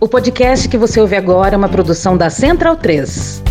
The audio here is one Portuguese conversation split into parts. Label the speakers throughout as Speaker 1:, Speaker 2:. Speaker 1: O podcast que você ouve agora é uma produção da Central 3.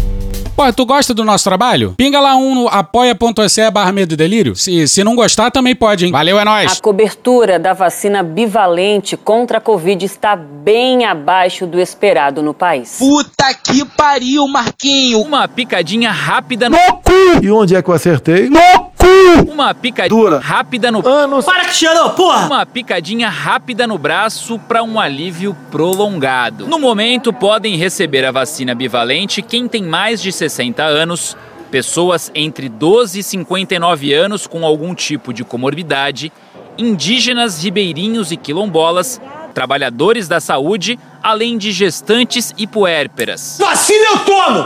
Speaker 2: Pô, tu gosta do nosso trabalho? Pinga lá um no apoia.se barra medo e delírio. Se, se não gostar, também pode, hein? Valeu, é nóis!
Speaker 3: A cobertura da vacina bivalente contra a Covid está bem abaixo do esperado no país.
Speaker 4: Puta que pariu, Marquinho!
Speaker 5: Uma picadinha rápida no...
Speaker 6: no cu! E onde é que eu acertei? No cu!
Speaker 5: Uma picadura rápida no...
Speaker 6: Anos.
Speaker 4: Para que cheirou, porra!
Speaker 5: Uma picadinha rápida no braço para um alívio prolongado. No momento, podem receber a vacina bivalente quem tem mais de 60 anos, pessoas entre 12 e 59 anos com algum tipo de comorbidade, indígenas, ribeirinhos e quilombolas, trabalhadores da saúde, além de gestantes e puérperas.
Speaker 4: Vacina eu tomo!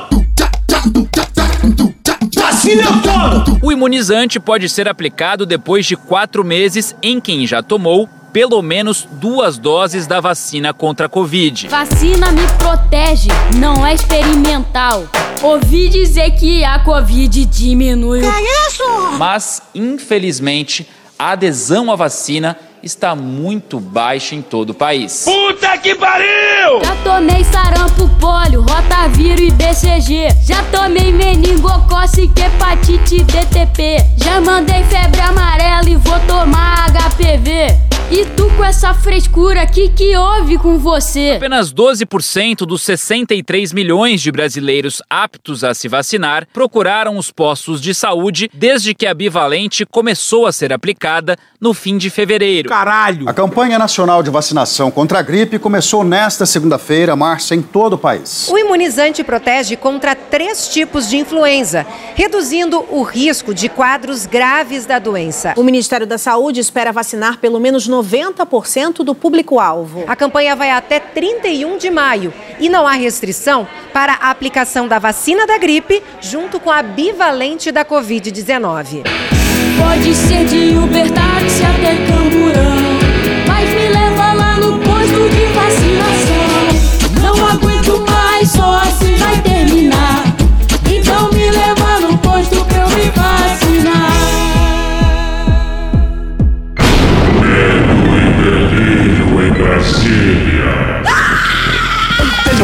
Speaker 4: Vacina eu tomo!
Speaker 5: O imunizante pode ser aplicado depois de quatro meses em quem já tomou pelo menos duas doses da vacina contra a Covid.
Speaker 7: Vacina me protege, não é experimental. Ouvi dizer que a Covid diminui. Que
Speaker 5: é isso? Mas, infelizmente, a adesão à vacina está muito baixa em todo o país.
Speaker 4: Puta que pariu!
Speaker 7: Já tomei sarampo, pólio, rotavírus e BCG. Já tomei meningococe, hepatite DTP. Já mandei febre amarela e vou tomar HPV. E tu com essa frescura, que que houve com você?
Speaker 5: Apenas 12% dos 63 milhões de brasileiros aptos a se vacinar procuraram os postos de saúde desde que a bivalente começou a ser aplicada no fim de fevereiro.
Speaker 8: Caralho! A campanha nacional de vacinação contra a gripe começou nesta segunda-feira, março, em todo o país.
Speaker 9: O imunizante protege contra três tipos de influenza, reduzindo o risco de quadros graves da doença.
Speaker 10: O Ministério da Saúde espera vacinar pelo menos 90 90% do público-alvo.
Speaker 9: A campanha vai até 31 de maio e não há restrição para a aplicação da vacina da gripe junto com a bivalente da Covid-19.
Speaker 7: Pode ser de Uber táxi até Camburão, mas me leva lá no posto de vacinação. Não aguento mais, só assim vai terminar. Então me leva no posto pra eu me vacinar.
Speaker 11: Brasília. Veja,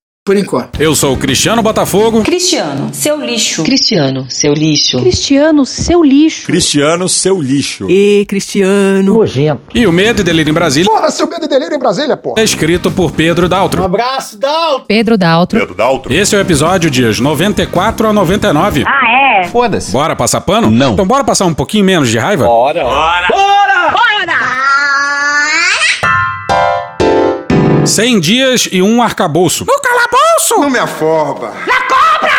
Speaker 4: Por enquanto.
Speaker 2: Eu sou o Cristiano Botafogo.
Speaker 12: Cristiano, seu lixo.
Speaker 13: Cristiano, seu lixo.
Speaker 1: Cristiano, seu lixo.
Speaker 14: Cristiano, seu lixo.
Speaker 13: E Cristiano.
Speaker 2: Nojento. E o Medo e Delírio em Brasília.
Speaker 14: Porra, seu Medo e Delírio em Brasília, porra.
Speaker 2: É escrito por Pedro Daltro.
Speaker 4: Um abraço, Daltro.
Speaker 13: Pedro Daltro.
Speaker 14: Pedro Daltro.
Speaker 2: Esse é o episódio dias 94 a 99.
Speaker 12: Ah, é?
Speaker 2: Foda-se. Bora passar pano?
Speaker 8: Não.
Speaker 2: Então bora passar um pouquinho menos de raiva?
Speaker 8: Bora.
Speaker 4: Bora.
Speaker 12: Bora! Bora!
Speaker 2: 100 dias e um arcabouço.
Speaker 12: Uh!
Speaker 4: No calabouço!
Speaker 14: Não me aforba.
Speaker 12: Na cobra!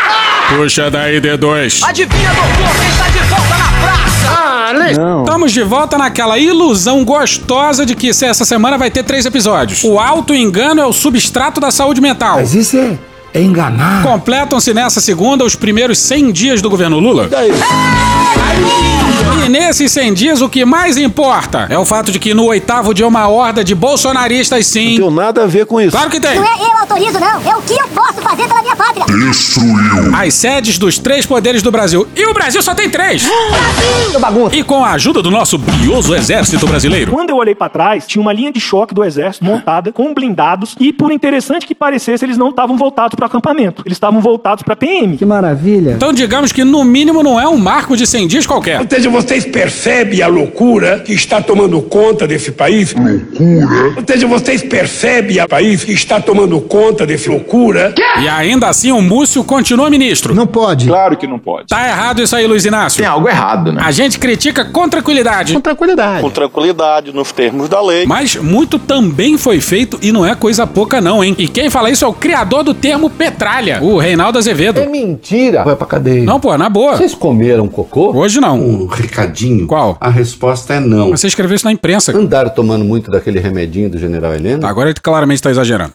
Speaker 2: Puxa daí, D2.
Speaker 4: Adivinha, doutor, quem está de volta na praça?
Speaker 2: Ah, não. Estamos de volta naquela ilusão gostosa de que essa semana vai ter três episódios. O auto-engano é o substrato da saúde mental.
Speaker 6: Mas isso é, é enganar.
Speaker 2: Completam-se nessa segunda os primeiros 100 dias do governo Lula.
Speaker 6: Daí.
Speaker 2: E nesses 100 dias, o que mais importa é o fato de que no oitavo dia uma horda de bolsonaristas
Speaker 6: Não
Speaker 2: sim.
Speaker 6: tenho nada a ver com isso.
Speaker 2: Claro que tem.
Speaker 15: Não é eu autorizo, não. É o que eu posso fazer pela minha pátria.
Speaker 11: Destruiu.
Speaker 2: As sedes dos três poderes do Brasil. E o Brasil só tem três.
Speaker 15: Brasil!
Speaker 2: E com a ajuda do nosso brioso exército brasileiro.
Speaker 16: Quando eu olhei pra trás, tinha uma linha de choque do exército montada com blindados e por interessante que parecesse, eles não estavam voltados para acampamento. Eles estavam voltados para PM.
Speaker 6: Que maravilha.
Speaker 2: Então digamos que no mínimo não é um marco de 100 dias
Speaker 11: Ou
Speaker 2: qualquer.
Speaker 11: seja, vocês percebem a loucura que está tomando conta desse país? Loucura. Ou seja, vocês percebem a país que está tomando conta desse loucura?
Speaker 2: E ainda assim o Múcio continua ministro.
Speaker 6: Não pode.
Speaker 8: Claro que não pode.
Speaker 2: Tá errado isso aí, Luiz Inácio.
Speaker 8: Tem algo errado, né?
Speaker 2: A gente critica com tranquilidade.
Speaker 6: tranquilidade.
Speaker 17: tranquilidade nos termos da lei.
Speaker 2: Mas muito também foi feito e não é coisa pouca, não, hein? E quem fala isso é o criador do termo petralha, o Reinaldo Azevedo.
Speaker 6: mentira. Vai pra cadeia.
Speaker 2: É Não, pô, na boa.
Speaker 6: comeram cocô?
Speaker 2: Hoje não.
Speaker 6: Um
Speaker 17: O recadinho.
Speaker 2: Qual?
Speaker 17: A resposta é não.
Speaker 2: Mas você escreveu isso na imprensa.
Speaker 17: Andaram tomando muito daquele remedinho do general Helena?
Speaker 2: Agora ele claramente tá exagerando.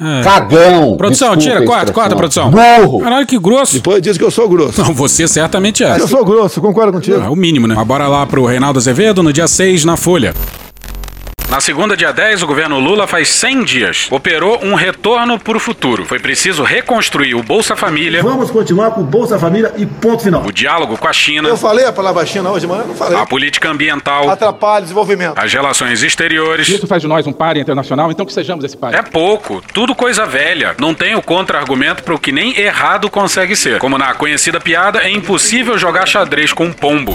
Speaker 2: É.
Speaker 17: Cagão!
Speaker 2: Produção,
Speaker 17: Desculpa
Speaker 2: tira,
Speaker 17: a
Speaker 2: corta,
Speaker 17: expressão.
Speaker 2: corta, produção.
Speaker 17: Burro!
Speaker 2: Caralho, que grosso.
Speaker 6: Depois diz que eu sou grosso.
Speaker 2: Não, você certamente é.
Speaker 6: Eu sou grosso, concordo contigo.
Speaker 2: É o mínimo, né? Mas bora lá pro Reinaldo Azevedo no dia 6 na Folha. Na segunda, dia 10, o governo Lula faz 100 dias. Operou um retorno para o futuro. Foi preciso reconstruir o Bolsa Família,
Speaker 18: Vamos continuar com o Bolsa Família e ponto final.
Speaker 2: o diálogo com a China,
Speaker 18: Eu falei a palavra China hoje, mano? Não falei.
Speaker 2: a política ambiental,
Speaker 18: Atrapalha o desenvolvimento.
Speaker 2: as relações exteriores.
Speaker 19: Isso faz de nós um par internacional, então que sejamos esse par.
Speaker 2: É pouco, tudo coisa velha. Não tem o contra-argumento para o que nem errado consegue ser. Como na conhecida piada, é impossível jogar xadrez com um pombo.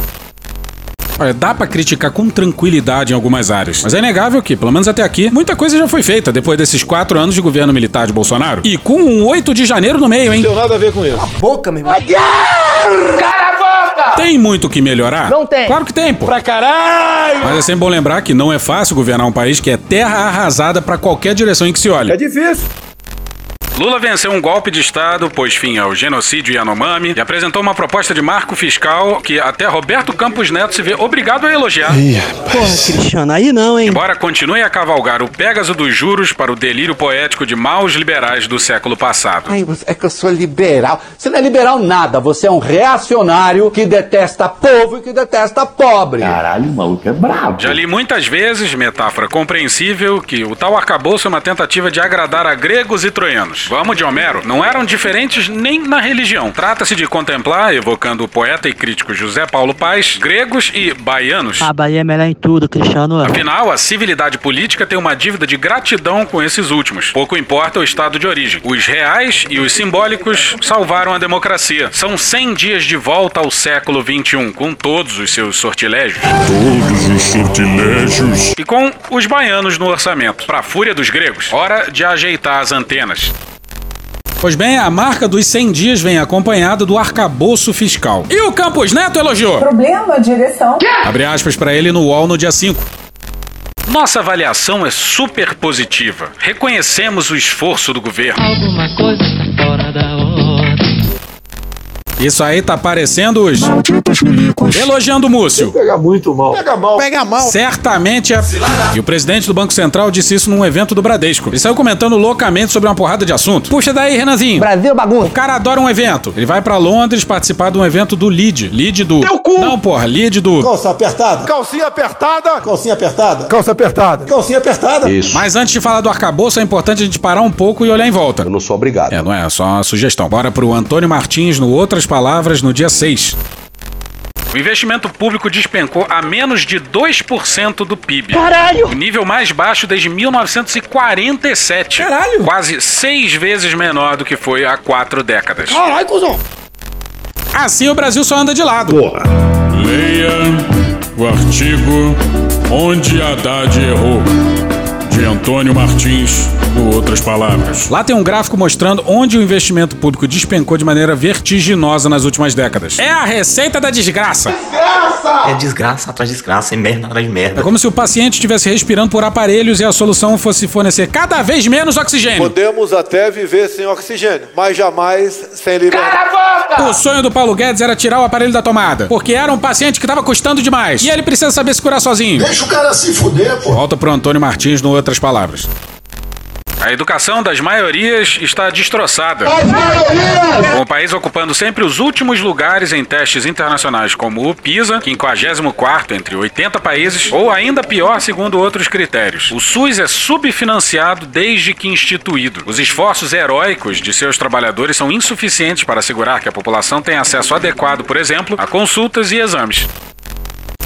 Speaker 2: Olha, dá pra criticar com tranquilidade em algumas áreas. Mas é inegável que, pelo menos até aqui, muita coisa já foi feita depois desses quatro anos de governo militar de Bolsonaro. E com um 8 de janeiro no meio, hein? Não
Speaker 18: tem nada a ver com isso. A boca, meu irmão. Cara, volta!
Speaker 2: Tem muito o que melhorar?
Speaker 18: Não tem.
Speaker 2: Claro que tem, pô.
Speaker 18: Pra caralho!
Speaker 2: Mas é sempre bom lembrar que não é fácil governar um país que é terra arrasada pra qualquer direção em que se olhe.
Speaker 18: É difícil.
Speaker 2: Lula venceu um golpe de Estado, pôs fim ao genocídio Yanomami e apresentou uma proposta de marco fiscal que até Roberto Campos Neto se vê obrigado a elogiar.
Speaker 13: Porra, Cristiano, aí não, hein?
Speaker 2: Embora continue a cavalgar o Pégaso dos juros para o delírio poético de maus liberais do século passado.
Speaker 20: Ai, você- é que eu sou liberal. Você não é liberal nada, você é um reacionário que detesta povo e que detesta pobre. Caralho, o maluco é brabo.
Speaker 2: Já li muitas vezes, metáfora compreensível, que o tal arcabouço é uma tentativa de agradar a gregos e troianos. Vamos de Homero, não eram diferentes nem na religião. Trata-se de contemplar, evocando o poeta e crítico José Paulo Paz, gregos e baianos.
Speaker 13: A Bahia é melhor em tudo, Cristiano.
Speaker 2: Afinal, a civilidade política tem uma dívida de gratidão com esses últimos. Pouco importa o estado de origem. Os reais e os simbólicos salvaram a democracia. São 100 dias de volta ao século XXI, com todos os seus sortilégios.
Speaker 21: Todos os sortilégios.
Speaker 2: E com os baianos no orçamento. Pra fúria dos gregos, hora de ajeitar as antenas. Pois bem, a marca dos 100 dias vem acompanhada do arcabouço fiscal. E o Campos Neto elogiou.
Speaker 22: Problema, direção.
Speaker 2: Abre aspas pra ele no UOL no dia 5. Nossa avaliação é super positiva. Reconhecemos o esforço do governo.
Speaker 13: Alguma coisa tá fora da hora.
Speaker 2: Isso aí tá parecendo os. Elogiando o Múcio.
Speaker 18: Pega muito mal. Pega mal. Pega mal.
Speaker 2: Certamente é. E o presidente do Banco Central disse isso num evento do Bradesco. Ele saiu comentando loucamente sobre uma porrada de assunto. Puxa daí, Renanzinho. Brasil bagunça. O cara adora um evento. Ele vai pra Londres participar de um evento do LEAD. LEAD do. Teu cu! Não, porra, LEAD do.
Speaker 18: Calça apertada. Calcinha apertada. Calcinha apertada. Calça apertada. Calcinha apertada.
Speaker 2: Mas antes de falar do arcabouço, é importante a gente parar um pouco e olhar em volta. Eu não sou obrigado. É, não é, só uma sugestão. Bora pro Antônio Martins no Outras Palavras, no dia 6. O investimento público despencou a menos de 2% do PIB. Caralho! O nível mais baixo desde 1947. Caralho! Quase seis vezes menor do que foi há quatro décadas.
Speaker 18: Caralho, cuzão.
Speaker 2: Assim o Brasil só anda de lado. Porra.
Speaker 21: Leia o artigo Onde Haddad Errou, de Antônio Martins, ou outras palavras.
Speaker 2: Lá tem um gráfico mostrando onde o investimento público despencou de maneira vertiginosa nas últimas décadas. É a receita da desgraça.
Speaker 23: É desgraça atrás de desgraça, é merda atrás de merda.
Speaker 2: É como se o paciente estivesse respirando por aparelhos e a solução fosse fornecer cada vez menos oxigênio.
Speaker 18: Podemos até viver sem oxigênio, mas jamais sem liberdade.
Speaker 2: O sonho do Paulo Guedes era tirar o aparelho da tomada, porque era um paciente que estava custando demais. E ele precisa saber se curar sozinho.
Speaker 18: Deixa o cara se fuder, pô.
Speaker 2: Volta pro Antônio Martins no Outras Palavras. A educação das maiorias está destroçada. Com o país ocupando sempre os últimos lugares em testes internacionais como o PISA, 54 entre 80 países, ou ainda pior segundo outros critérios. O SUS é subfinanciado desde que instituído. Os esforços heróicos de seus trabalhadores são insuficientes para assegurar que a população tenha acesso adequado, por exemplo, a consultas e exames.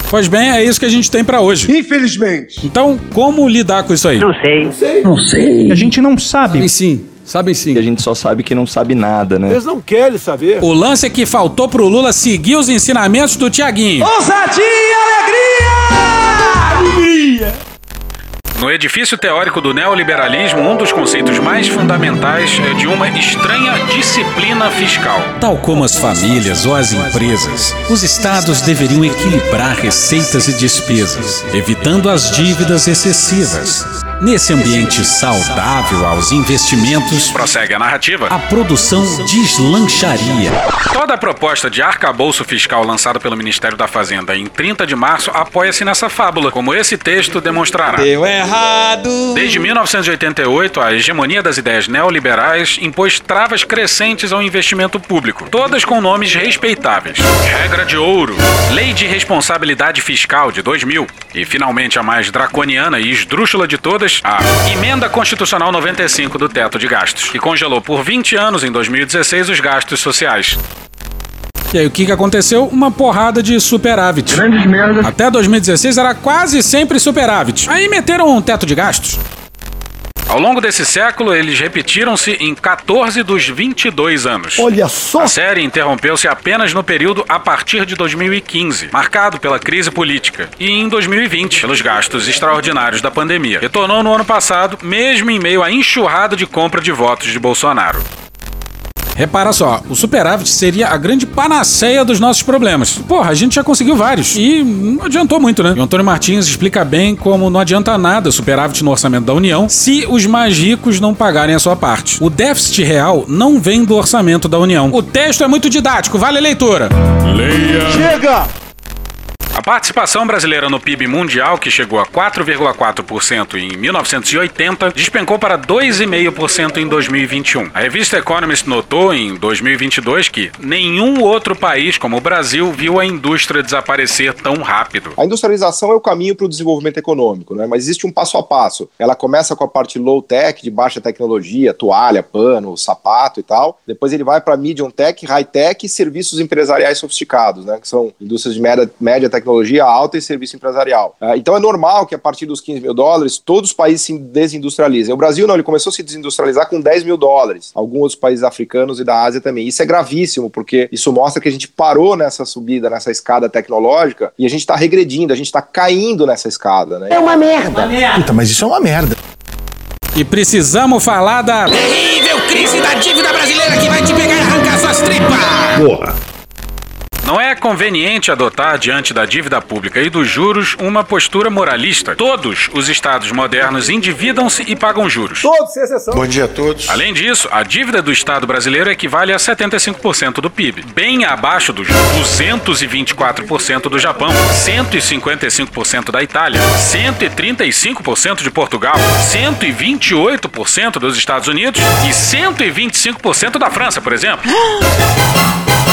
Speaker 2: Pois bem, é isso que a gente tem para hoje. Infelizmente. Então, como lidar com isso aí? Não sei. Não sei. Não sei. A gente não sabe. Sabem sim. Sabem sim. A gente só sabe que não sabe nada, né?
Speaker 18: Eles não querem saber.
Speaker 2: O lance é que faltou pro Lula seguir os ensinamentos do Tiaguinho.
Speaker 18: Ousadia e alegria! Alegria!
Speaker 2: No edifício teórico do neoliberalismo, um dos conceitos mais fundamentais é de uma estranha disciplina fiscal. Tal como as famílias ou as empresas, os estados deveriam equilibrar receitas e despesas, evitando as dívidas excessivas.
Speaker 3: Nesse ambiente saudável aos investimentos,
Speaker 2: Prossegue a narrativa.
Speaker 3: a produção deslancharia.
Speaker 2: Toda a proposta de arcabouço fiscal lançada pelo Ministério da Fazenda em 30 de março apoia-se nessa fábula, como esse texto demonstrará. Deu errado! Desde 1988, a hegemonia das ideias neoliberais impôs travas crescentes ao investimento público, todas com nomes respeitáveis. Regra de ouro, Lei de Responsabilidade Fiscal de 2000 e, finalmente, a mais draconiana e esdrúxula de todas, a Emenda Constitucional 95 do Teto de Gastos, que congelou por 20 anos, em 2016, os gastos sociais.
Speaker 3: E aí, o que, que aconteceu? Uma porrada de superávit. Grandes merdas. Até 2016 era quase sempre superávit. Aí meteram um teto de gastos.
Speaker 2: Ao longo desse século, eles repetiram-se em 14 dos 22 anos.
Speaker 14: Olha só!
Speaker 2: A série interrompeu-se apenas no período a partir de 2015, marcado pela crise política, e em 2020, pelos gastos extraordinários da pandemia. Retornou no ano passado, mesmo em meio à enxurrada de compra de votos de Bolsonaro.
Speaker 3: Repara só, o superávit seria a grande panaceia dos nossos problemas. Porra, a gente já conseguiu vários e não adiantou muito, né? E o Antônio Martins explica bem como não adianta nada o superávit no orçamento da União se os mais ricos não pagarem a sua parte. O déficit real não vem do orçamento da União. O texto é muito didático, vale a leitura.
Speaker 21: Leia.
Speaker 14: Chega!
Speaker 2: A participação brasileira no PIB mundial, que chegou a 4,4% em 1980, despencou para 2,5% em 2021. A revista Economist notou em 2022 que nenhum outro país como o Brasil viu a indústria desaparecer tão rápido.
Speaker 5: A industrialização é o caminho para o desenvolvimento econômico, né? mas existe um passo a passo. Ela começa com a parte low-tech, de baixa tecnologia, toalha, pano, sapato e tal. Depois ele vai para medium-tech, high-tech e serviços empresariais sofisticados, né? que são indústrias de média, média tecnologia alta e serviço empresarial. Ah, Então é normal que a partir dos 15 mil dólares todos os países se desindustrializem. O Brasil não, ele começou a se desindustrializar com 10 mil dólares. Alguns outros países africanos e da Ásia também. Isso é gravíssimo, porque isso mostra que a gente parou nessa subida, nessa escada tecnológica e a gente está regredindo, a gente está caindo nessa escada. Né? É uma merda.
Speaker 3: Puta, mas isso é uma merda. E precisamos falar da.
Speaker 4: Terrível crise da dívida brasileira que vai te pegar e arrancar suas tripas!
Speaker 2: Porra. Não é conveniente adotar diante da dívida pública e dos juros uma postura moralista. Todos os estados modernos endividam-se e pagam juros.
Speaker 18: Todos, sem exceção.
Speaker 2: dia a todos. Além disso, a dívida do Estado brasileiro equivale a 75% do PIB, bem abaixo dos 224% do Japão, 155% da Itália, 135% de Portugal, 128% dos Estados Unidos e 125% da França, por exemplo.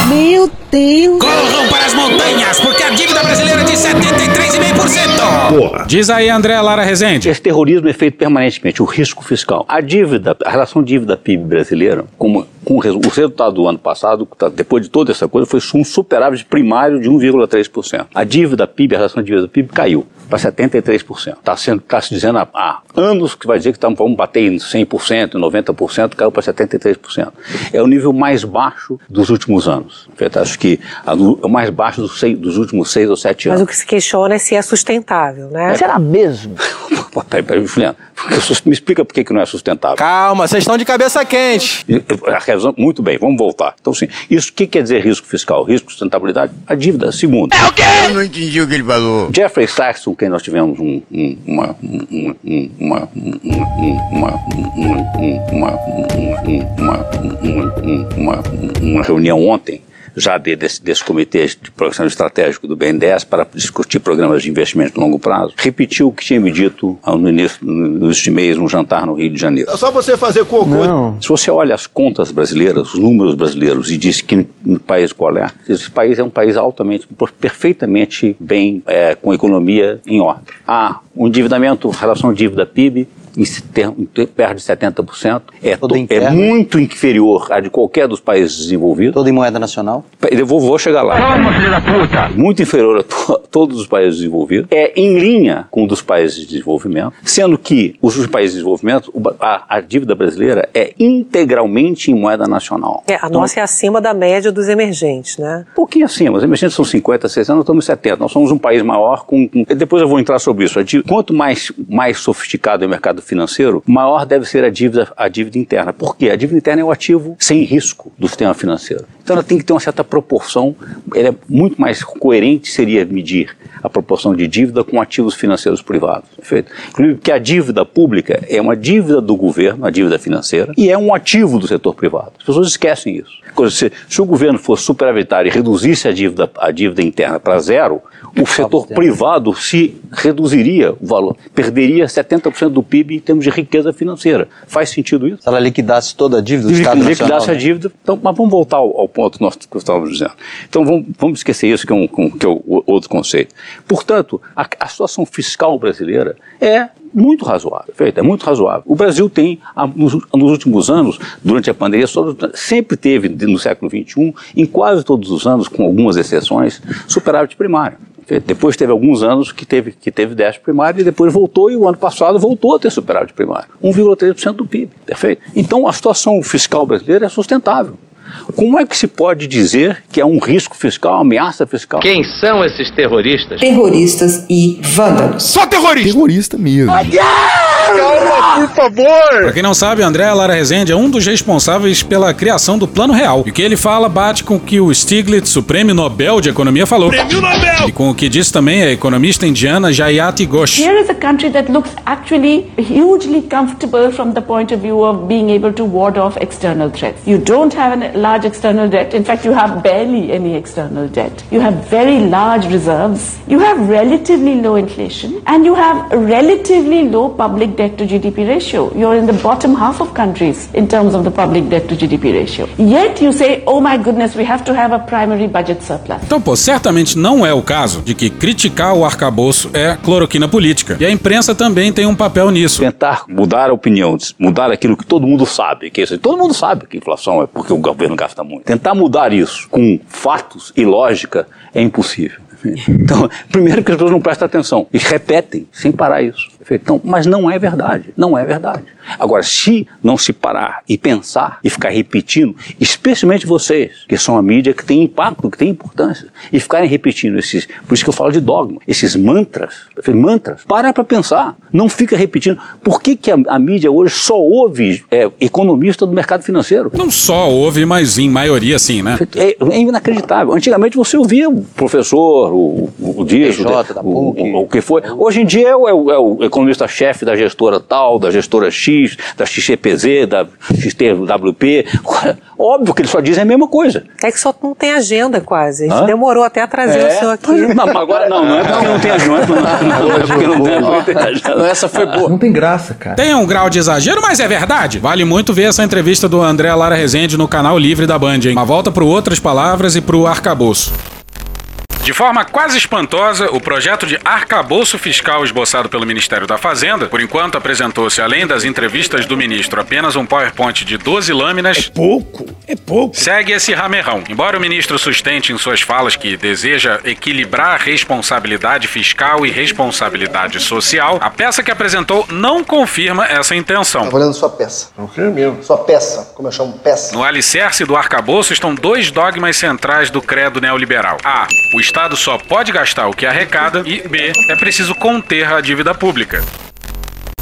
Speaker 4: Meu Deus! Corram para as montanhas, porque a dívida brasileira é de 73,5%!
Speaker 3: Diz aí, André Lara Rezende.
Speaker 22: Esse terrorismo é feito permanentemente, o risco fiscal. A dívida, a relação dívida-PIB brasileira, como, com o, resu- o resultado do ano passado, que tá- depois de toda essa coisa, foi um superávit primário de 1,3%. A dívida-PIB, a relação dívida-PIB caiu para 73%. Está tá se dizendo há, há anos que vai dizer que tam, vamos bater em 100%, 90%, caiu para 73%. É o nível mais baixo dos últimos anos. Eu Acho que a- é o mais baixo dos, seis- dos últimos seis ou sete anos.
Speaker 9: Mas o que se questiona é se é sustentável, né?
Speaker 22: Será
Speaker 9: mesmo?
Speaker 22: Pô, Peraí, peraí, Juliano, eu sus- me explica por que, que não é sustentável.
Speaker 18: Calma, vocês estão de cabeça quente.
Speaker 22: E- e- a razão- Muito bem, vamos voltar. Então, sim, isso o que quer dizer risco fiscal? Risco de sustentabilidade? A dívida, segundo. É o quê? Eu não entendi o que ele falou. Jeffrey Sachs, com quem nós tivemos um, um- uma, um- um- uma, um- um- uma, um- uma, um- uma, um- uma, um- uma reunião ontem, já de- desse, desse comitê de progressão estratégico do BNDES para discutir programas de investimento de longo prazo, repetiu o que tinha me dito ao- no início, no início de mês, num jantar no Rio de Janeiro.
Speaker 18: só você fazer cocô.
Speaker 22: Se você olha as contas brasileiras, os números brasileiros, e diz que no país qual é, esse país é um país altamente, perfeitamente bem, é, com economia em ordem. Há um endividamento, relação dívida-PIB, em se ter- em ter- perde 70%, é, to- é muito inferior à de qualquer dos países desenvolvidos. Toda em moeda nacional? Eu vou, vou chegar lá. Muito inferior a to- todos os países desenvolvidos. É em linha com o dos países de desenvolvimento, sendo que os dos países de desenvolvimento, o ba- a, a dívida brasileira é integralmente em moeda nacional.
Speaker 9: É, a nossa é acima da média dos emergentes, né?
Speaker 22: Um pouquinho acima, os emergentes são 50, 60, nós estamos em 70. Nós somos um país maior com. com- Depois eu vou entrar sobre isso. A dí- Quanto mais, mais sofisticado é o mercado financeiro, maior deve ser a dívida, a dívida interna. Por quê? A dívida interna é o ativo sem risco do sistema financeiro. Então ela tem que ter uma certa proporção, ela é muito mais coerente seria medir a proporção de dívida com ativos financeiros privados. Perfeito? Inclusive, porque a dívida pública é uma dívida do governo, a dívida financeira, e é um ativo do setor privado. As pessoas esquecem isso. Quando Se, se o governo fosse superavitário e reduzisse a dívida, a dívida interna para zero, o setor privado se reduziria o valor, perderia 70% do PIB em termos de riqueza financeira. Faz sentido isso?
Speaker 1: Se ela liquidasse toda a dívida do
Speaker 22: Dívida
Speaker 1: Estado
Speaker 22: que
Speaker 1: Nacional. né?
Speaker 22: liquidasse a dívida. Então, mas vamos voltar ao, ao ponto nós- que eu estava dizendo. Então vamos, vamos esquecer isso, que é, um, com- que é o- o- outro conceito. Portanto, a, a situação fiscal brasileira é muito razoável, feita, é muito razoável. O Brasil tem, há- nos, ú- nos últimos anos, durante a pandemia, só- sempre teve, no século XXI, em quase todos os anos, com algumas exceções, superávit primário. Feito. Eh, Depois teve alguns anos que teve, que teve déficit primário e depois voltou, e o ano passado voltou a ter superávit primário. 1,3% do PIB, perfeito? Então a situação fiscal brasileira é sustentável. Como é que se pode dizer que é um risco fiscal, uma ameaça fiscal? Quem são esses terroristas?
Speaker 7: Terroristas e vândalos. Só terrorista! Terrorista mesmo. Calma, por favor!
Speaker 3: Pra quem não sabe, André Lara Rezende é um dos responsáveis pela criação do Plano Real. E o que ele fala bate com o que o Stiglitz, o prêmio Nobel de Economia, falou. Prêmio Nobel! E com o que disse também a economista indiana Jayati Ghosh.
Speaker 10: Here is a country that looks actually hugely comfortable from the point of view of being able to ward off external threats. You don't have a large external debt. In fact, you have barely any external debt. You have very large reserves. Ah, You have relatively low inflation. And you have a relatively low public debt to GDP ratio. You're in the bottom half of countries in terms of the public debt to GDP ratio. Yet you say, oh my goodness, we have to have a primary budget surplus.
Speaker 3: Então, pô, certamente não é o caso de que criticar o arcabouço é cloroquina política. E a imprensa também tem um papel nisso.
Speaker 22: Tentar mudar a opinião, des- mudar aquilo que todo mundo sabe, que é isso. Todo mundo sabe que a inflação é porque o governo gasta muito. Tentar mudar isso com fatos e lógica é impossível. Então, primeiro que as pessoas não prestam atenção e repetem sem parar isso. Então, mas não é verdade, não é verdade. Agora, se não se parar e pensar e ficar repetindo, especialmente vocês, que são a mídia que tem impacto, que tem importância, e ficarem repetindo esses, por isso que eu falo de dogma, esses mantras, mantras, para para pensar, não fica repetindo. Por que, que a, a mídia hoje só ouve é, economista do mercado financeiro?
Speaker 3: Não só houve, mas em maioria sim, né?
Speaker 22: É, é inacreditável. Antigamente você ouvia o professor, o, o, o Dias, o, o- o- o que foi. Hoje em dia é o, é o- é o economista-chefe da gestora tal, da gestora X, da XCPZ, da XTWP. Óbvio que eles só dizem a mesma coisa.
Speaker 24: É que só não tem agenda quase. A gente
Speaker 22: Hã?
Speaker 24: demorou até a trazer
Speaker 22: É?
Speaker 24: o seu aqui.
Speaker 22: Não, mas agora não, não é porque não tem agenda. Não, não é porque não tem agenda.
Speaker 3: Essa foi boa.
Speaker 1: Não tem graça, cara.
Speaker 3: Tem um grau de exagero, mas é verdade. Vale muito ver essa entrevista do André Lara Rezende no canal Livre da Band, hein? Uma volta pro Outras Palavras e pro Arcabouço.
Speaker 2: De forma quase espantosa, o projeto de arcabouço fiscal esboçado pelo Ministério da Fazenda, por enquanto apresentou-se, além das entrevistas do ministro, apenas um PowerPoint de 12 lâminas. É pouco, é pouco. Segue esse ramerrão. Embora o ministro sustente em suas falas que deseja equilibrar a responsabilidade fiscal e responsabilidade social, a peça que apresentou não confirma essa intenção.
Speaker 25: Tava olhando sua peça.
Speaker 26: É
Speaker 25: Não sei mesmo. Sua peça, como eu chamo peça.
Speaker 2: No alicerce do arcabouço estão dois dogmas centrais do credo neoliberal. A. O Estado só pode gastar o que arrecada. E B. É preciso conter a dívida pública.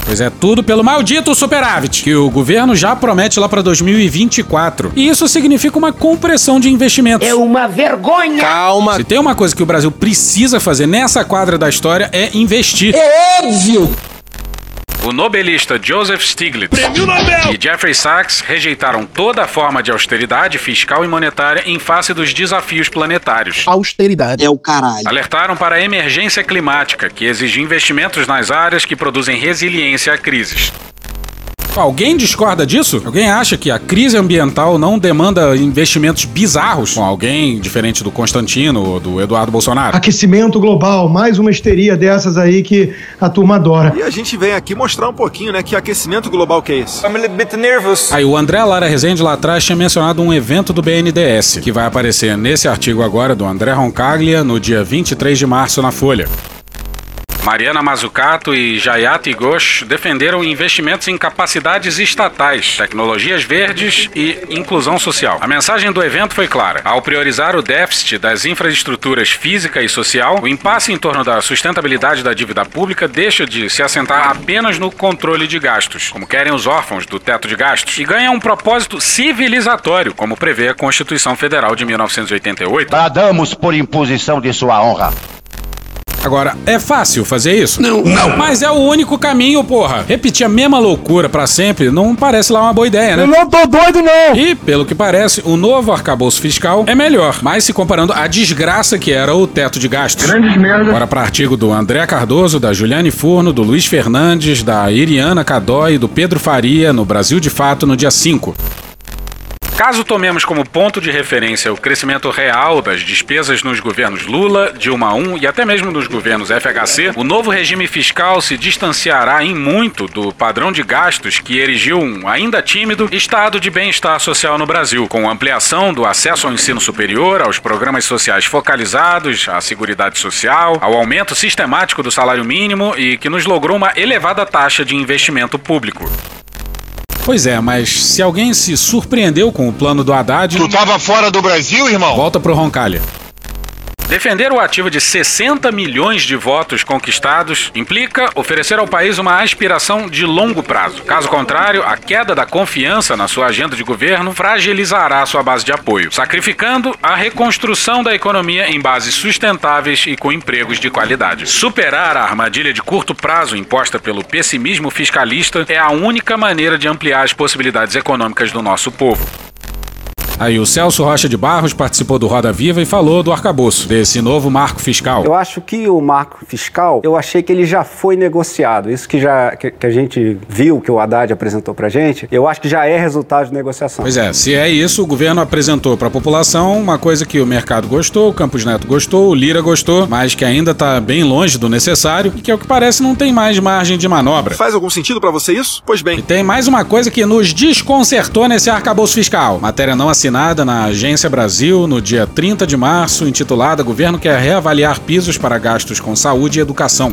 Speaker 3: Pois é, tudo pelo maldito superávit, que o governo já promete lá pra 2024. E isso significa uma compressão de investimentos. É uma vergonha! Calma! Se tem uma coisa que o Brasil precisa fazer nessa quadra da história é investir. É óbvio!
Speaker 2: O nobelista Joseph Stiglitz e Jeffrey Sachs rejeitaram toda forma de austeridade fiscal e monetária em face dos desafios planetários.
Speaker 1: Austeridade. É o caralho.
Speaker 2: Alertaram para a emergência climática, que exige investimentos nas áreas que produzem resiliência a crises.
Speaker 3: Alguém discorda disso? Alguém acha que a crise ambiental não demanda investimentos bizarros? Com alguém diferente do Constantino ou do Eduardo Bolsonaro?
Speaker 26: Aquecimento global, mais uma histeria dessas aí que a turma adora.
Speaker 14: E a gente vem aqui mostrar um pouquinho, né, que aquecimento global que é esse. I'm a little bit nervous.
Speaker 3: Aí, o André Lara Rezende lá atrás tinha mencionado um evento do BNDES, que vai aparecer nesse artigo agora do André Roncaglia, no dia 23 de março na Folha.
Speaker 2: Mariana Mazzucato e Jayati Ghosh defenderam investimentos em capacidades estatais, tecnologias verdes e inclusão social. A mensagem do evento foi clara. Ao priorizar o déficit das infraestruturas física e social, o impasse em torno da sustentabilidade da dívida pública deixa de se assentar apenas no controle de gastos, como querem os órfãos do teto de gastos, e ganha um propósito civilizatório, como prevê a Constituição Federal de 1988.
Speaker 26: Bradamos por imposição de sua honra.
Speaker 2: Agora, é fácil fazer isso? Não. Não. Mas é o único caminho, porra. Repetir a mesma loucura pra sempre não parece lá uma boa ideia, né? Eu não tô doido, não. E, pelo que parece, o novo arcabouço fiscal é melhor, mas se comparando à desgraça que era o teto de gastos. Grande merda. Bora pra artigo do André Cardoso, da Juliane Furno, do Luiz Fernandes, da Iriana Cadói e do Pedro Faria no Brasil de Fato no dia 5.
Speaker 4: Caso tomemos como ponto de referência o crescimento real das despesas nos governos Lula, Dilma I e até mesmo nos governos FHC, o novo regime fiscal se distanciará em muito do padrão de gastos que erigiu um ainda tímido estado de bem-estar social no Brasil, com ampliação do acesso ao ensino superior, aos programas sociais focalizados, à seguridade social, ao aumento sistemático do salário mínimo e que nos logrou uma elevada taxa de investimento público.
Speaker 2: Pois é, mas se alguém se surpreendeu com o plano do Haddad. Tu tava fora do Brasil, irmão? Volta pro Roncalha.
Speaker 4: Defender o ativo de 60 milhões de votos conquistados implica oferecer ao país uma aspiração de longo prazo. Caso contrário, a queda da confiança na sua agenda de governo fragilizará sua base de apoio, sacrificando a reconstrução da economia em bases sustentáveis e com empregos de qualidade. Superar a armadilha de curto prazo imposta pelo pessimismo fiscalista é a única maneira de ampliar as possibilidades econômicas do nosso povo.
Speaker 2: Aí o Celso Rocha de Barros participou do Roda Viva e falou do arcabouço, desse novo marco fiscal.
Speaker 8: Eu acho que o marco fiscal, eu achei que ele já foi negociado. Isso que já que, que a gente viu, que o Haddad apresentou pra gente, eu acho que já é resultado de negociação.
Speaker 2: Pois é, se é isso, o governo apresentou para a população uma coisa que o mercado gostou, o Campos Neto gostou, o Lira gostou, mas que ainda tá bem longe do necessário e que, ao que parece, não tem mais margem de manobra.
Speaker 27: Faz algum sentido pra você isso? Pois bem.
Speaker 2: E tem mais uma coisa que nos desconcertou nesse arcabouço fiscal. Matéria não assinada na Agência Brasil no dia 30 de março, intitulada Governo quer reavaliar pisos para gastos com saúde e educação.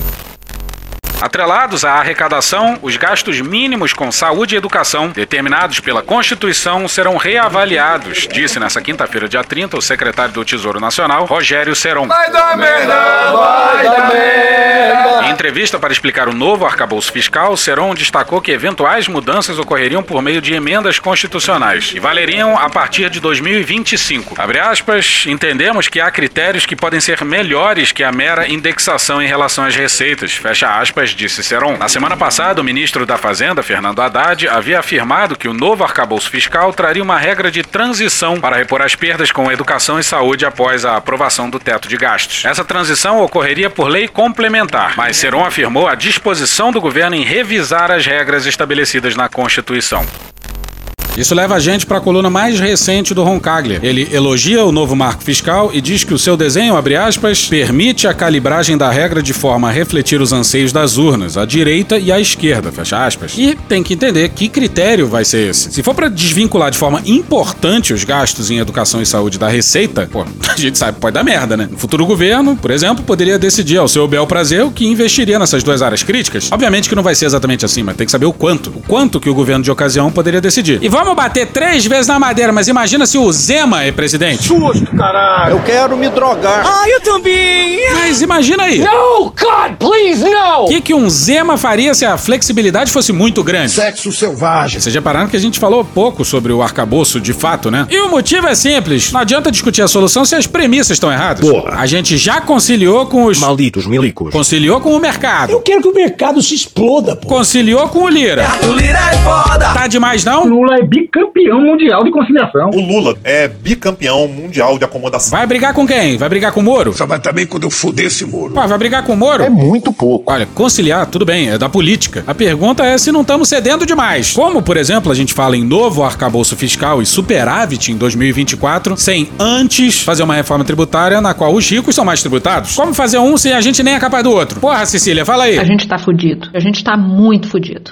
Speaker 4: Atrelados à arrecadação, os gastos mínimos com saúde e educação, determinados pela Constituição, serão reavaliados, disse nessa quinta-feira, dia 30, o secretário do Tesouro Nacional, Rogério Seron. Vai dar merda, vai dar merda. Em entrevista para explicar o novo arcabouço fiscal, Seron destacou que eventuais mudanças ocorreriam por meio de emendas constitucionais e valeriam a partir de 2025. Abre aspas, entendemos que há critérios que podem ser melhores que a mera indexação em relação às receitas. Fecha aspas, disse Seron. Na semana passada, o ministro da Fazenda, Fernando Haddad, havia afirmado que o novo arcabouço fiscal traria uma regra de transição para repor as perdas com educação e saúde após a aprovação do teto de gastos. Essa transição ocorreria por lei complementar, mas Seron afirmou a disposição do governo em revisar as regras estabelecidas na Constituição.
Speaker 2: Isso leva a gente para a coluna mais recente do Roncaglia. Ele elogia o novo marco fiscal e diz que o seu desenho, abre aspas, permite a calibragem da regra de forma a refletir os anseios das urnas, à direita e à esquerda, fecha aspas. E tem que entender que critério vai ser esse. Se for para desvincular de forma importante os gastos em educação e saúde da receita, pô, a gente sabe que pode dar merda, né? No futuro governo, por exemplo, poderia decidir ao seu bel prazer o que investiria nessas duas áreas críticas. Obviamente que não vai ser exatamente assim, mas tem que saber o quanto. O quanto que o governo de ocasião poderia decidir. E vamos bater três vezes na madeira, mas imagina se o Zema é presidente. Justo, caralho. Eu quero me drogar. Ah, eu também. Mas imagina aí. No, God, please, no. O que, que um Zema faria se a flexibilidade fosse muito grande? Sexo selvagem. Vocês repararam que a gente falou pouco sobre o arcabouço de fato, né? E o motivo é simples. Não adianta discutir a solução se as premissas estão erradas. Porra. A gente já conciliou com os... Malditos milicos. Conciliou com o mercado. Eu quero que o mercado se exploda, pô. Conciliou com o Lira. O Lira é foda. Tá demais, não? Lula é bicampeão mundial de conciliação.
Speaker 28: O Lula é bicampeão mundial de acomodação.
Speaker 2: Vai brigar com quem? Vai brigar com o Moro? Só vai também quando eu fuder esse Moro. Pô, vai brigar com o Moro? É muito pouco. Olha, conciliar, tudo bem, é da política. A pergunta é se não estamos cedendo demais. Como, por exemplo, a gente fala em novo arcabouço fiscal e superávit em 2024, sem antes fazer uma reforma tributária na qual os ricos são mais tributados? Como fazer um se a gente nem é capaz do outro? Porra, Cecília, fala aí.
Speaker 9: A gente tá fudido. A gente tá muito fudido.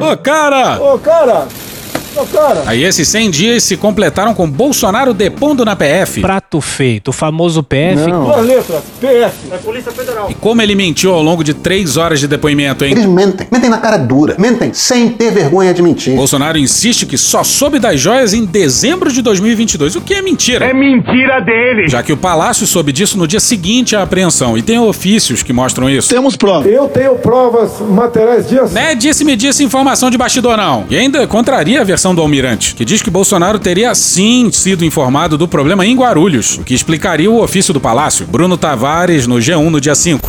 Speaker 2: Ô, cara!
Speaker 16: Ô, cara! Ô, cara!
Speaker 2: Aí esses 100 dias se completaram com Bolsonaro depondo na PF. Prato feito, o famoso PF.
Speaker 16: Duas letras, PF. É Polícia Federal.
Speaker 2: E como ele mentiu ao longo de três horas de depoimento, hein? Eles mentem, mentem na cara dura, mentem sem ter vergonha de mentir. Bolsonaro insiste que só soube das joias em dezembro de 2022, o que é mentira. É mentira dele! Já que o Palácio soube disso no dia seguinte à apreensão, e tem ofícios que mostram isso. Temos provas.
Speaker 16: Eu tenho provas materiais disso.
Speaker 2: Né, disse-me disse informação de bastidor não. E ainda contraria a versão versão do Almirante, que diz que Bolsonaro teria sim sido informado do problema em Guarulhos, o que explicaria o ofício do Palácio. Bruno Tavares, no G1, no dia 5.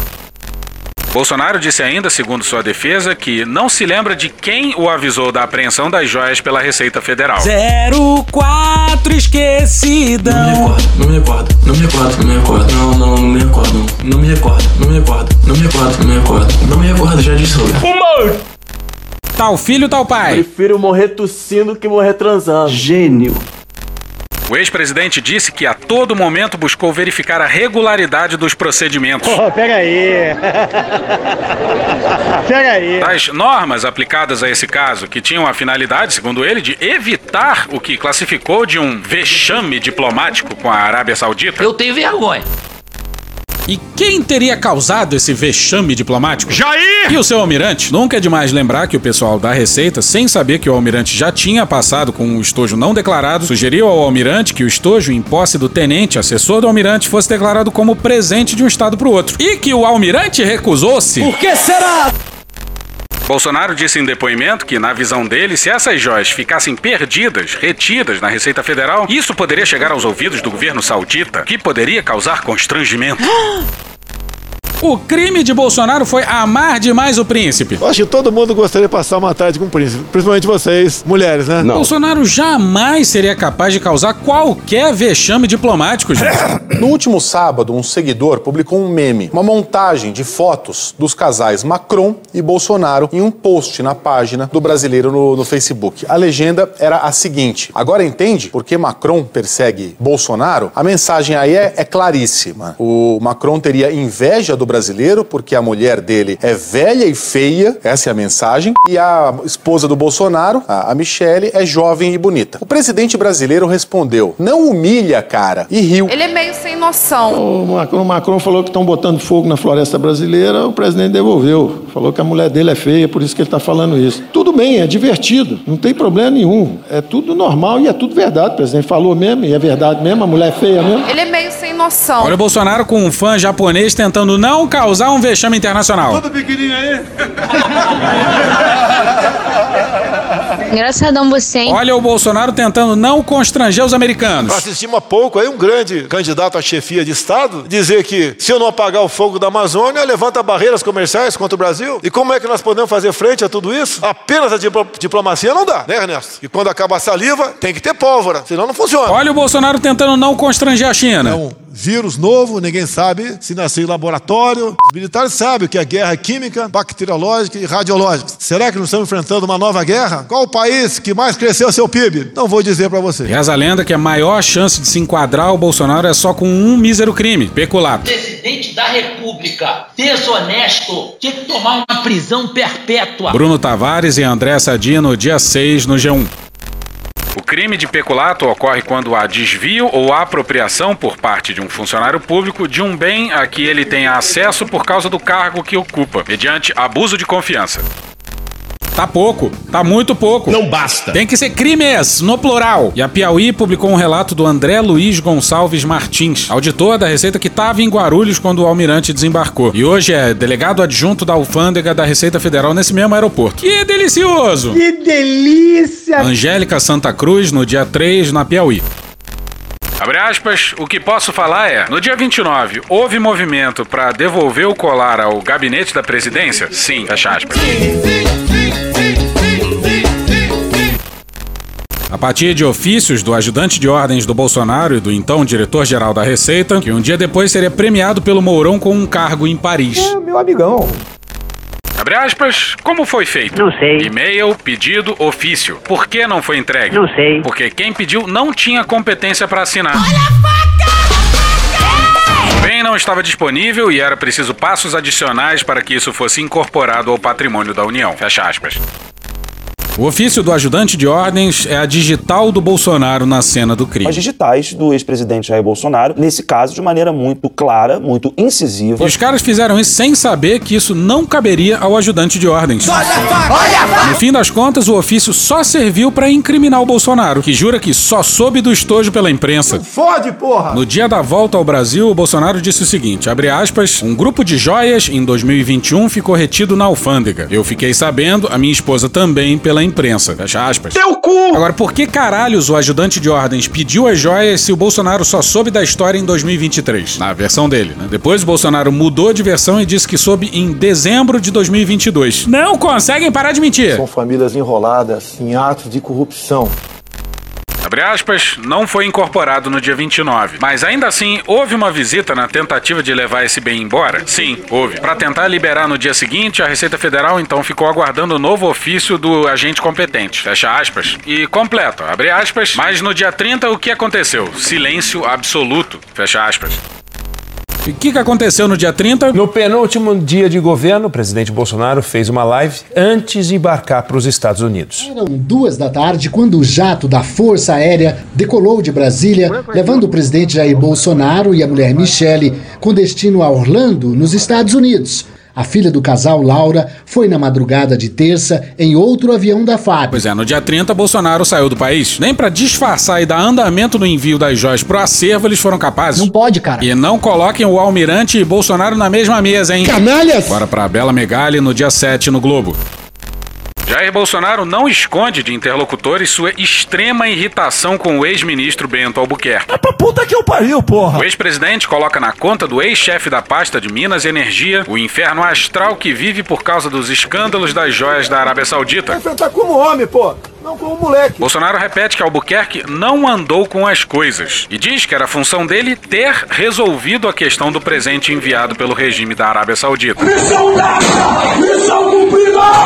Speaker 13: Bolsonaro disse ainda, segundo sua defesa, que não se lembra de quem o avisou da apreensão das joias pela Receita Federal.
Speaker 4: 04 esquecidão.
Speaker 6: Não me recordo, não me recordo, não me recordo, não, não, não me recordo, não. não me recordo, não me recordo, não me recordo, não me recordo, não me recordo, já disse o lugar.
Speaker 2: Tal filho, tal pai.
Speaker 29: Prefiro morrer tossindo que morrer transando. Gênio.
Speaker 13: O ex-presidente disse que a todo momento buscou verificar a regularidade dos procedimentos.
Speaker 4: pega aí. pega aí.
Speaker 13: As normas aplicadas a esse caso, que tinham a finalidade, segundo ele, de evitar o que classificou de um vexame diplomático com a Arábia Saudita. Eu tenho vergonha.
Speaker 2: E quem teria causado esse vexame diplomático? Jair! E o seu almirante? Nunca é demais lembrar que o pessoal da Receita, sem saber que o almirante já tinha passado com um estojo não declarado, sugeriu ao almirante que o estojo em posse do tenente, assessor do almirante, fosse declarado como presente de um estado para o outro. E que o almirante recusou-se.
Speaker 4: Por que será?
Speaker 13: Bolsonaro disse em depoimento que, na visão dele, se essas joias ficassem perdidas, retidas na Receita Federal, isso poderia chegar aos ouvidos do governo saudita, que poderia causar constrangimento.
Speaker 2: O crime de Bolsonaro foi amar demais o príncipe.
Speaker 16: Eu acho que todo mundo gostaria de passar uma tarde com o príncipe. Principalmente vocês, mulheres, né?
Speaker 2: Bolsonaro jamais seria capaz de causar qualquer vexame diplomático, gente.
Speaker 17: No último sábado, um seguidor publicou um meme, uma montagem de fotos dos casais Macron e Bolsonaro em um post na página do brasileiro no, no Facebook. A legenda era a seguinte: Agora entende por que Macron persegue Bolsonaro? A mensagem aí é, é claríssima. O Macron teria inveja do brasileiro porque a mulher dele é velha e feia, essa é a mensagem, e a esposa do Bolsonaro, a a Michelle, é jovem e bonita. O presidente brasileiro respondeu: Não humilha, cara, e riu.
Speaker 16: Ele é meio sem noção. O Macron, o Macron falou que estão botando fogo na floresta brasileira, o presidente devolveu. Falou que a mulher dele é feia, por isso que ele está falando isso. Tudo bem, é divertido, não tem problema nenhum. É tudo normal e é tudo verdade. O presidente falou mesmo, e é verdade mesmo, a mulher é feia mesmo. Ele é meio sem noção.
Speaker 2: Olha o Bolsonaro com um fã japonês tentando não causar um vexame internacional.
Speaker 16: pequenininho aí.
Speaker 2: Engraçadão você, hein? Olha o Bolsonaro tentando não constranger os americanos.
Speaker 16: Assistimos há pouco
Speaker 22: é
Speaker 16: aí um grande candidato à chefia de Estado dizer que se eu não apagar o fogo da Amazônia, levanta barreiras comerciais contra o Brasil. E como é que nós podemos fazer frente a tudo isso? Apenas a diplo- diplomacia não dá, né, Ernesto? E quando acaba a saliva, tem que ter pólvora, senão não funciona.
Speaker 2: Olha o Bolsonaro tentando não constranger a China.
Speaker 16: É um Vírus novo, ninguém sabe se nasceu em laboratório. Os militares sabem o que é guerra química, bacteriológica e radiológica. Será que nós estamos enfrentando uma nova guerra? Qual o país que mais cresceu seu PIB? Não vou dizer para você.
Speaker 2: Reza a lenda que a maior chance de se enquadrar o Bolsonaro é só com um mísero crime, peculato.
Speaker 17: Presidente da República, desonesto, tinha que tomar uma prisão perpétua.
Speaker 2: Bruno Tavares e André Sadia no dia 6 no G1.
Speaker 13: O crime de peculato ocorre quando há desvio ou apropriação por parte de um funcionário público de um bem a que ele tenha acesso por causa do cargo que ocupa, mediante abuso de confiança.
Speaker 2: Tá pouco, tá muito pouco. Não basta. Tem que ser crimes, no plural. E a Piauí publicou um relato do André Luiz Gonçalves Martins, auditor da Receita que estava em Guarulhos quando o almirante desembarcou. E hoje é delegado adjunto da alfândega da Receita Federal nesse mesmo aeroporto. Que delicioso!
Speaker 4: Que delícia!
Speaker 2: Angélica Santa Cruz, no dia 3, na Piauí.
Speaker 13: Abre aspas, o que posso falar é: no dia 29, houve movimento para devolver o colar ao gabinete da presidência? Sim, fecha aspas.
Speaker 2: A partir de ofícios do ajudante de ordens do Bolsonaro e do então diretor-geral da Receita, que um dia depois seria premiado pelo Mourão com um cargo em Paris.
Speaker 13: Meu amigão. Abre aspas, como foi feito? Não sei. E-mail, pedido, ofício. Por que não foi entregue? Não sei. Porque quem pediu não tinha competência para assinar. O bem não estava disponível e era preciso passos adicionais para que isso fosse incorporado ao patrimônio da União. Fecha aspas.
Speaker 2: O ofício do ajudante de ordens é a digital do Bolsonaro na cena do crime.
Speaker 19: As digitais do ex-presidente Jair Bolsonaro, nesse caso, de maneira muito clara, muito incisiva.
Speaker 2: E os caras fizeram isso sem saber que isso não caberia ao ajudante de ordens. No fim das contas, o ofício só serviu para incriminar o Bolsonaro, que jura que só soube do estojo pela imprensa.
Speaker 16: Fode, porra!
Speaker 2: No dia da volta ao Brasil, o Bolsonaro disse o seguinte, abre aspas, um grupo de um joias em 2021 ficou retido na alfândega. Eu fiquei sabendo, a minha esposa também, pela na imprensa. Fecha aspas. Teu cu! Agora, por que caralhos o ajudante de ordens pediu as joias se o Bolsonaro só soube da história em 2023? Na versão dele, né? Depois o Bolsonaro mudou de versão e disse que soube em dezembro de 2022. Não conseguem parar de mentir!
Speaker 30: São famílias enroladas
Speaker 4: assim.
Speaker 30: em atos de corrupção.
Speaker 31: Abre aspas, não foi incorporado no dia 29. Mas ainda assim, houve uma visita na tentativa de levar esse bem embora? Sim, houve. Para tentar liberar no dia seguinte, a Receita Federal então ficou aguardando o novo ofício do agente competente. Fecha aspas. E completa, abre aspas. Mas no dia 30, o que aconteceu? Silêncio absoluto. Fecha aspas.
Speaker 2: E O que, que aconteceu no dia 30?
Speaker 4: No penúltimo dia de governo, o presidente Bolsonaro fez uma live antes de embarcar para os Estados Unidos.
Speaker 13: Eram duas da tarde quando o jato da Força Aérea decolou de Brasília, levando o presidente Jair Bolsonaro e a mulher Michele com destino a Orlando, nos Estados Unidos. A filha do casal, Laura, foi na madrugada de terça em outro avião da FAB.
Speaker 2: Pois é, no dia 30, Bolsonaro saiu do país. Nem pra disfarçar e dar andamento no envio das joias pro acervo, eles foram capazes. Não
Speaker 13: pode, cara.
Speaker 2: E não coloquem o almirante e Bolsonaro na mesma mesa, hein?
Speaker 13: Canalhas!
Speaker 2: Bora pra Bela Megali no dia 7 no Globo.
Speaker 31: Jair Bolsonaro não esconde de interlocutores sua extrema irritação com o ex-ministro Bento Albuquerque. É pra puta que eu pariu, porra! O ex-presidente coloca na conta do ex-chefe da pasta de Minas e Energia o inferno astral que vive por causa dos escândalos das joias da Arábia Saudita.
Speaker 4: Enfrentar como homem, pô, não como moleque.
Speaker 31: Bolsonaro repete que Albuquerque não andou com as coisas e diz que era função dele ter resolvido a questão do presente enviado pelo regime da Arábia Saudita.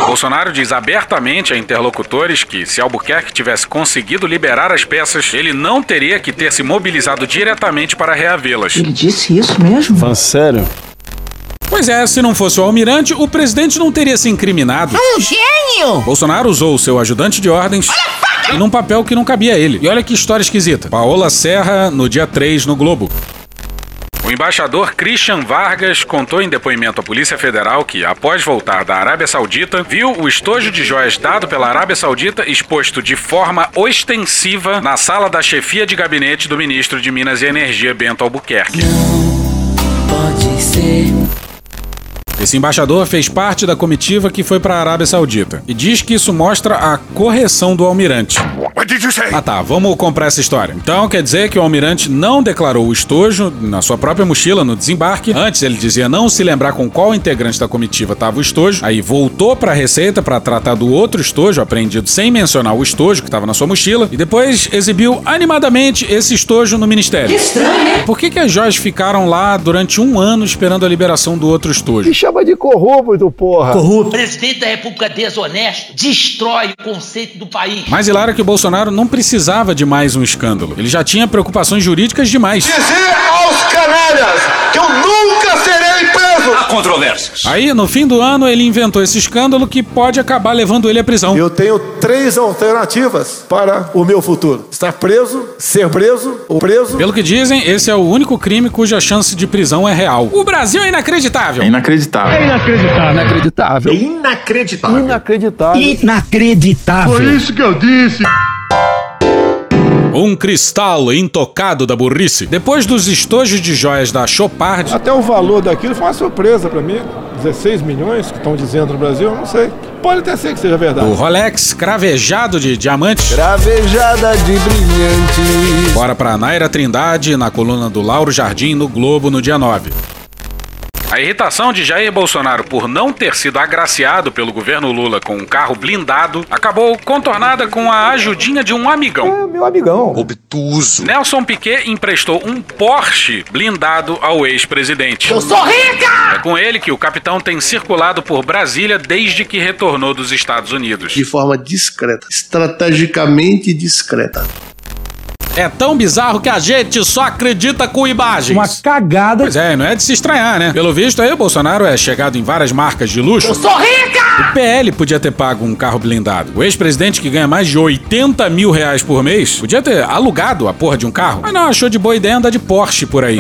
Speaker 31: Bolsonaro diz abertamente a interlocutores que, se Albuquerque tivesse conseguido liberar as peças, ele não teria que ter se mobilizado diretamente para reavê-las.
Speaker 2: disse isso mesmo? Fala sério? Pois é, se não fosse o almirante, o presidente não teria se incriminado. Um gênio! Bolsonaro usou o seu ajudante de ordens e num papel que não cabia a ele. E olha que história esquisita. Paola Serra, no dia 3, no Globo.
Speaker 31: O embaixador Christian Vargas contou em depoimento à Polícia Federal que, após voltar da Arábia Saudita, viu o estojo de joias dado pela Arábia Saudita exposto de forma ostensiva na sala da chefia de gabinete do ministro de Minas e Energia, Bento Albuquerque.
Speaker 2: Pode ser. Esse embaixador fez parte da comitiva que foi para a Arábia Saudita e diz que isso mostra a correção do almirante. Ah tá, vamos comprar essa história. Então quer dizer que o almirante não declarou o estojo na sua própria mochila no desembarque. Antes ele dizia não se lembrar com qual integrante da comitiva estava o estojo. Aí voltou para a Receita para tratar do outro estojo apreendido sem mencionar o estojo que estava na sua mochila e depois exibiu animadamente esse estojo no ministério.
Speaker 22: Que estranho, hein?
Speaker 2: Por que, que as joias ficaram lá durante um ano esperando a liberação do outro estojo?
Speaker 4: chama de corrupto, porra.
Speaker 32: O presidente da República desonesto destrói o conceito do país.
Speaker 2: Mas hilário é que o Bolsonaro não precisava de mais um escândalo. Ele já tinha preocupações jurídicas demais.
Speaker 22: Dizer aos canalhas que eu nunca serei preso. Há controvérsia.
Speaker 2: Aí, no fim do ano, ele inventou esse escândalo que pode acabar levando ele à prisão.
Speaker 4: Eu tenho três alternativas para o meu futuro: estar preso, ser preso ou preso.
Speaker 2: Pelo que dizem, esse é o único crime cuja chance de prisão é real. O Brasil é inacreditável. É inacreditável.
Speaker 4: É
Speaker 2: inacreditável.
Speaker 4: Inacreditável.
Speaker 2: Inacreditável.
Speaker 13: Tá.
Speaker 4: Inacreditável.
Speaker 2: Inacreditável.
Speaker 4: Foi isso
Speaker 2: que eu disse. Um cristal intocado da burrice. Depois dos estojos de joias da Chopard,
Speaker 16: Até Então, o valor daquilo foi uma surpresa pra mim. 16 milhões que estão dizendo no Brasil, eu não sei. Pode até ser que seja verdade.
Speaker 2: o Rolex cravejado de diamantes.
Speaker 4: Cravejada de brilhante.
Speaker 2: Bora pra Naira Trindade, na coluna do Lauro Jardim, no Globo, no dia 9.
Speaker 31: A irritação de Jair Bolsonaro por não ter sido agraciado pelo governo Lula com um carro blindado acabou contornada com a ajudinha de um amigão.
Speaker 4: Meu amigão.
Speaker 31: Obtuso. Nelson Piquet emprestou um Porsche blindado ao ex-presidente.
Speaker 22: Eu sou rica!
Speaker 31: É com ele que o capitão tem circulado por Brasília desde que retornou dos Estados Unidos.
Speaker 21: de forma discreta, estrategicamente discreta.
Speaker 2: É tão bizarro que a gente só acredita com imagens. Uma cagada. Pois é, não é de se estranhar, né? Pelo visto aí, o Bolsonaro é chegado em várias marcas de luxo.
Speaker 22: Eu sou rica!
Speaker 2: O PL podia ter pago um carro blindado. O ex-presidente que ganha mais de 80 mil reais por mês podia ter alugado a porra de um carro. Mas não, achou de boa ideia andar de Porsche por aí.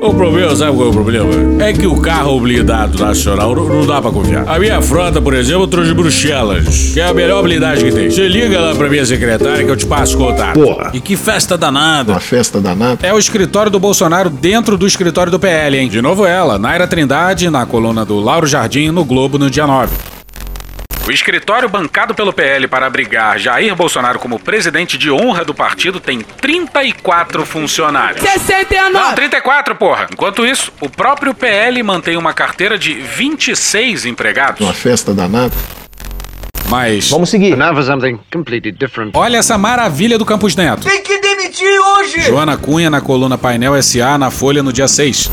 Speaker 33: O problema, sabe qual é o problema? É que o carro blindado nacional não, não dá pra confiar. A minha frota, por exemplo, trouxe Bruxelas, que é a melhor blindagem que tem. Se liga lá pra minha secretária que eu te passo o contato.
Speaker 2: Porra.
Speaker 33: E que festa danada. Uma
Speaker 21: festa danada.
Speaker 2: É o escritório do Bolsonaro dentro do escritório do PL, hein? De novo ela, Naira Trindade, na coluna do Lauro Jardim, no Globo, no dia 9.
Speaker 21: O escritório bancado pelo PL para abrigar Jair Bolsonaro como presidente de honra do partido tem 34 funcionários.
Speaker 18: 69!
Speaker 21: Não, 34, porra! Enquanto isso, o próprio PL mantém uma carteira de 26 empregados.
Speaker 16: Uma festa danada.
Speaker 2: Mas.
Speaker 34: Vamos seguir. Now for something completely different.
Speaker 2: Olha essa maravilha do Campos Neto.
Speaker 18: Tem que demitir hoje!
Speaker 2: Joana Cunha na coluna Painel SA na Folha no dia 6.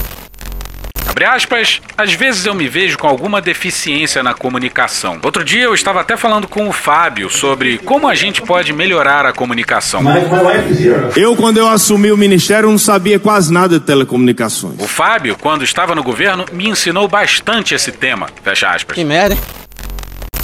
Speaker 21: Abre aspas, às vezes eu me vejo com alguma deficiência na comunicação. Outro dia eu estava até falando com o Fábio sobre como a gente pode melhorar a comunicação.
Speaker 35: Eu, quando eu assumi o ministério, não sabia quase nada de telecomunicações.
Speaker 21: O Fábio, quando estava no governo, me ensinou bastante esse tema. Fecha aspas.
Speaker 34: Que merda, hein?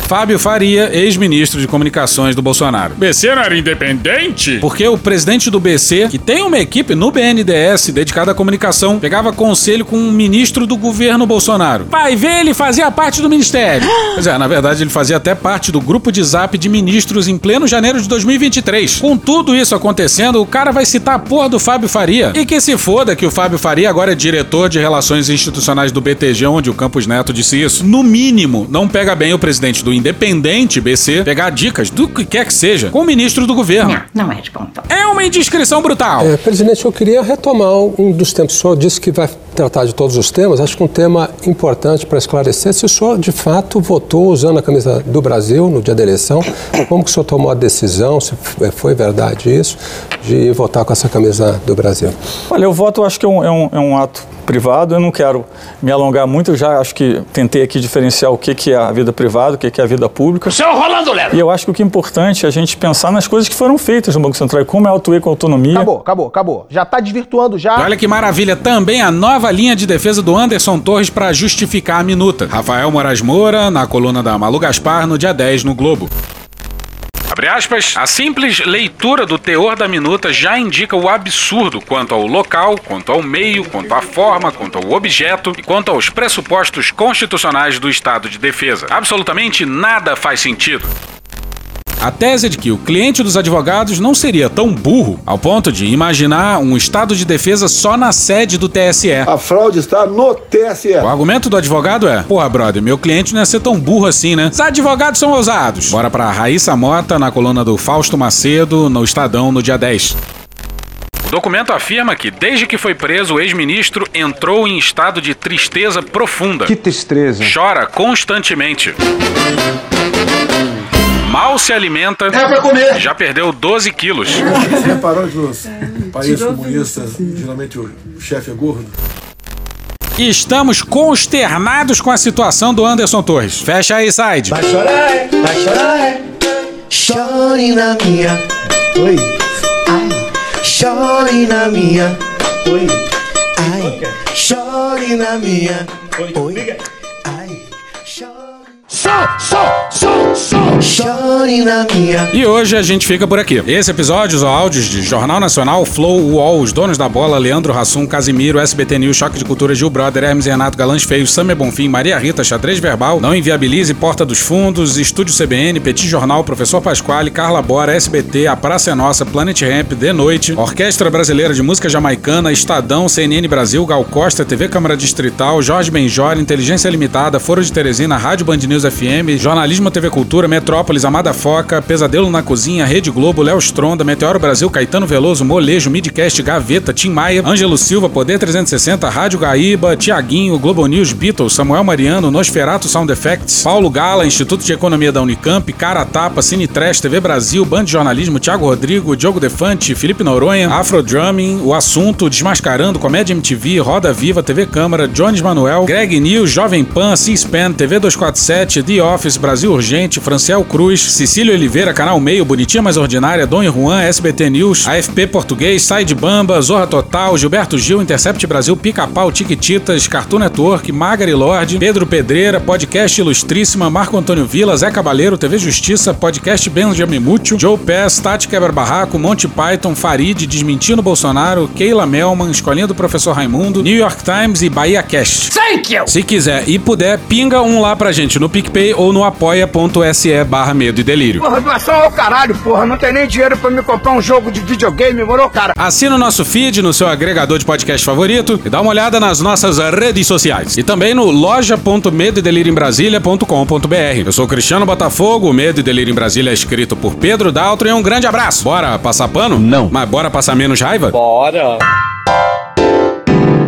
Speaker 2: Fábio Faria, ex-ministro de comunicações do Bolsonaro.
Speaker 36: BC não era independente?
Speaker 2: Porque o presidente do BC, que tem uma equipe no BNDS dedicada à comunicação, pegava conselho com um ministro do governo Bolsonaro. Vai ver, ele fazia parte do ministério. Pois é, na verdade ele fazia até parte do grupo de zap de ministros em pleno janeiro de 2023. Com tudo isso acontecendo, o cara vai citar a porra do Fábio Faria. E que se foda que o Fábio Faria agora é diretor de relações institucionais do BTG, onde o Campos Neto disse isso. No mínimo, não pega bem o presidente do independente BC pegar dicas do que quer que seja com o ministro do governo.
Speaker 37: Não, não é de ponta.
Speaker 2: É uma indiscrição brutal.
Speaker 38: É, presidente, eu queria retomar um dos tempos. O senhor disse que vai tratar de todos os temas. Acho que um tema importante para esclarecer se o senhor de fato votou usando a camisa do Brasil no dia da eleição. Como que o senhor tomou a decisão, se foi verdade isso, de votar com essa camisa do Brasil?
Speaker 6: Olha, o voto eu acho que é um, é um, é um ato privado. Eu não quero me alongar muito, eu já acho que tentei aqui diferenciar o que, que é a vida privada, o que, que é a vida pública.
Speaker 39: Seu Rolando Lero!
Speaker 6: E eu acho que o que é importante é a gente pensar nas coisas que foram feitas no Banco Central e como é autuê com
Speaker 39: Tá
Speaker 6: autonomia.
Speaker 34: Acabou, acabou, acabou. Já está desvirtuando já.
Speaker 2: E olha que maravilha também a nova linha de defesa do Anderson Torres para justificar a minuta. Rafael Moraes Moura, na coluna da Malu Gaspar, no dia 10 no Globo.
Speaker 21: Abre aspas, a simples leitura do teor da minuta já indica o absurdo quanto ao local, quanto ao meio, quanto à forma, quanto ao objeto e quanto aos pressupostos constitucionais do estado de defesa. Absolutamente nada faz sentido.
Speaker 2: A tese é de que o cliente dos advogados não seria tão burro ao ponto de imaginar um estado de defesa só na sede do TSE.
Speaker 16: A fraude está no TSE.
Speaker 2: O argumento do advogado é: porra, brother, meu cliente não ia ser tão burro assim, né? Os advogados são ousados. Bora pra Raíssa Mota na coluna do Fausto Macedo, no Estadão, no dia 10.
Speaker 21: O documento afirma que, desde que foi preso, o ex-ministro entrou em estado de tristeza profunda.
Speaker 38: Que tristeza.
Speaker 21: Chora constantemente. Mal se alimenta. É
Speaker 4: pra comer.
Speaker 21: Já perdeu 12 quilos.
Speaker 16: Você reparou que nos países comunistas, geralmente o chefe é gordo?
Speaker 2: Estamos consternados com a situação do Anderson Torres. Fecha aí, side.
Speaker 18: Vai chorar, é, vai chorar, é. Chore na minha.
Speaker 16: Oi.
Speaker 18: Ai. Chore na minha. Oi. Ai. Chore na minha. Oi. Ai. Chore. Só, só, só, só, chore na minha.
Speaker 2: E hoje a gente fica por aqui. Esse episódio, os áudios de Jornal Nacional, Flow, UOL, Os Donos da Bola, Leandro Rassum, Casimiro, SBT News, Choque de Cultura, Gil Brother, Hermes Renato, Galãs Feios, Samer Bonfim, Maria Rita, Xadrez Verbal, Não Inviabilize, Porta dos Fundos, Estúdio CBN, Petit Jornal, Professor Pasquale, Carla Bora, SBT, A Praça é Nossa, Planet Ramp, De Noite, Orquestra Brasileira de Música Jamaicana, Estadão, CNN Brasil, Gal Costa, TV Câmara Distrital, Jorge Benjor, Inteligência Limitada, Foro de Teresina, Rádio Band News, News FM, Jornalismo TV Cultura, Metrópolis, Amada Foca, Pesadelo na Cozinha, Rede Globo, Léo Stronda, Meteoro Brasil, Caetano Veloso, Molejo, Midcast, Gaveta, Tim Maia, Ângelo Silva, Poder 360, Rádio Gaíba, Tiaguinho, Globo News, Beatles, Samuel Mariano, Nosferato Sound Effects, Paulo Gala, Instituto de Economia da Unicamp, Cara Tapa, Cine Trash, TV Brasil, Band de Jornalismo, Thiago Rodrigo, Diogo Defante, Felipe Noronha, Afro Drumming, O Assunto, Desmascarando, Comédia MTV, Roda Viva, TV Câmara, Jones Manuel, Greg News, Jovem Pan, C-SPAN, TV 247, The Office, Brasil Urgente, Franciel Cruz, Cecílio Oliveira, Canal Meio, Bonitinha Mais Ordinária, Dom e Juan, SBT News, AFP Português, Side Bamba, Zorra Total, Gilberto Gil, Intercept Brasil, Pica-Pau, Tiquititas, Cartoon Network, Magari Lorde, Pedro Pedreira, Podcast Ilustríssima, Marco Antônio Vila, Zé Cabaleiro, TV Justiça, Podcast Benjamin Múcio, Joe Pass, Tati Quebra Barraco, Monte Python, Farid, Desmentindo Bolsonaro, Keila Melman, Escolinha do Professor Raimundo, New York Times e Bahia Cast.
Speaker 18: Thank you!
Speaker 2: Se quiser e puder, pinga um lá pra gente no PicPay PicPay ou no apoia.se barra medo e delírio.
Speaker 40: Porra, doação é o caralho, porra. Não tem nem dinheiro pra me comprar um jogo de videogame, morou, cara?
Speaker 2: Assina o nosso feed no seu agregador de podcast favorito e dá uma olhada nas nossas redes sociais. E também no loja.medoedelirioembrasilha.com.br. Eu sou Cristiano Botafogo, o Medo e Delírio em Brasília é escrito por Pedro Daltro e um grande abraço. Bora passar pano? Não. Mas bora passar menos raiva? Bora.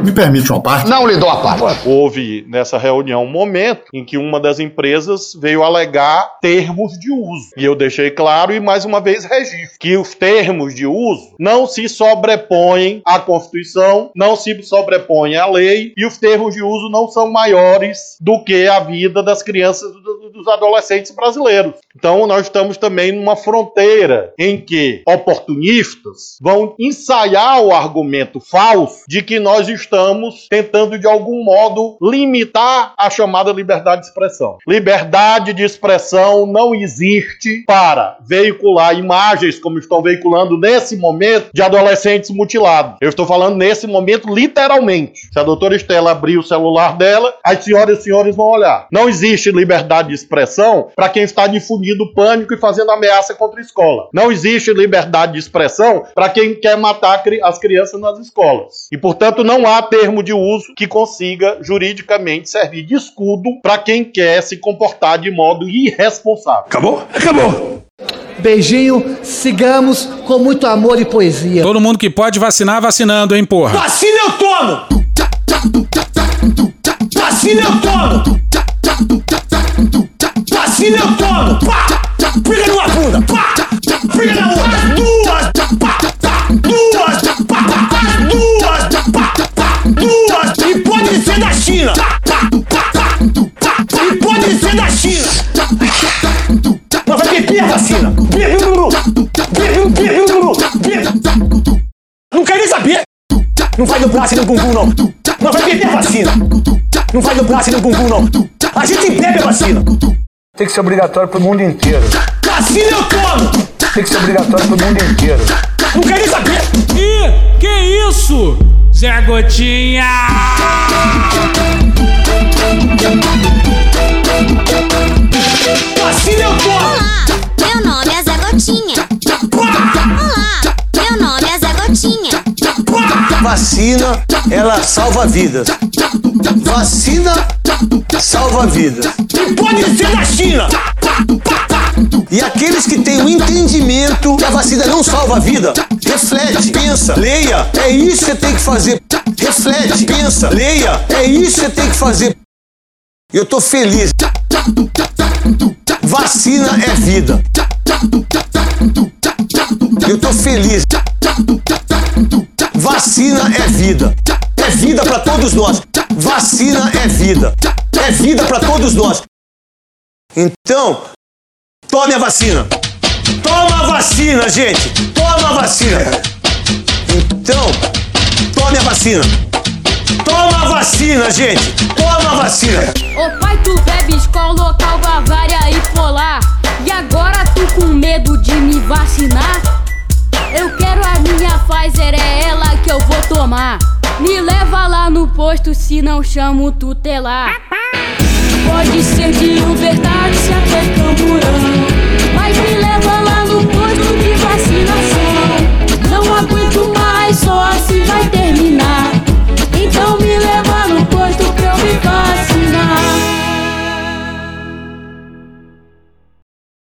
Speaker 18: Me permite uma parte? Não lhe dou a parte.
Speaker 14: Houve nessa reunião um momento em que uma das empresas veio alegar termos de uso. E eu deixei claro e mais uma vez registro que os termos de uso não se sobrepõem à Constituição, não se sobrepõem à lei e os termos de uso não são maiores do que a vida das crianças e do- dos adolescentes brasileiros. Então nós estamos também numa fronteira em que oportunistas vão ensaiar o argumento falso de que nós estamos tentando de algum modo limitar a chamada liberdade de expressão. Liberdade de expressão não existe para veicular imagens como estão veiculando nesse momento de adolescentes mutilados. Eu estou falando nesse momento literalmente. Se a doutora Estela abrir o celular dela, as senhoras e os senhores vão olhar. Não existe liberdade de expressão para quem está difundindo pânico e fazendo ameaça contra a escola. Não existe liberdade de expressão para quem quer matar cri- as crianças nas escolas. E, portanto, não há termo de uso que consiga juridicamente servir de escudo para quem quer se comportar de modo irresponsável. Acabou? Acabou!
Speaker 41: Beijinho, sigamos com muito amor e poesia.
Speaker 2: Todo mundo que pode vacinar, vacinando, hein, porra.
Speaker 4: Vacina eu tomo! Vacina eu tomo! Vacina eu tomo! Pá! Pega numa bunda! Pá! Pega na outra! Duas! Pá! Pá! Duas! Pá! Pá! Duas! Pá! Pá! Duas! E pode ser da China! Pá! Pá! Pá! Pá! E pode ser da China! Mas vai beber a vacina! Bebe o Bruno! Bebe o bebe o Bruno! Bebe! Não quero nem saber! Não vai no braço e no bumbum, não. Não vai beber a vacina. Não vai no braço e no bumbum, não. A gente bebe a vacina.
Speaker 25: Tem que ser obrigatório pro mundo inteiro.
Speaker 4: Vacina é eu tomo!
Speaker 25: Tem que ser obrigatório pro mundo inteiro.
Speaker 4: Não quero nem saber!
Speaker 2: Ih, que isso? Zé Gotinha!
Speaker 4: Vacina eu tomo!
Speaker 42: Meu nome é Zé Gotinha. Olá, meu nome é Zé Gotinha.
Speaker 25: Vacina, ela salva vidas. Vacina salva vidas.
Speaker 4: E pode ser da China!
Speaker 25: E aqueles que têm o entendimento que a vacina não salva a vida, reflete, pensa, leia. É isso que você tem que fazer. Reflete, pensa, leia. É isso que você tem que fazer. Eu tô feliz. Vacina é vida. Eu tô feliz. Vacina é vida. É vida pra todos nós. Vacina é vida. É vida pra todos nós. Então, Tome a vacina! Toma a vacina, gente! Toma a vacina! Então, tome a vacina! Toma a vacina, gente! Toma a vacina!
Speaker 7: Ô pai, tu bebes qual local, Bavária e Polar? E agora tu com medo de me vacinar? Eu quero a minha Pfizer, é ela que eu vou tomar. Me leva lá no posto, se não chamo tutelar. Pode ser de Uber, táxi até Camburão. Mas me leva lá no assim Então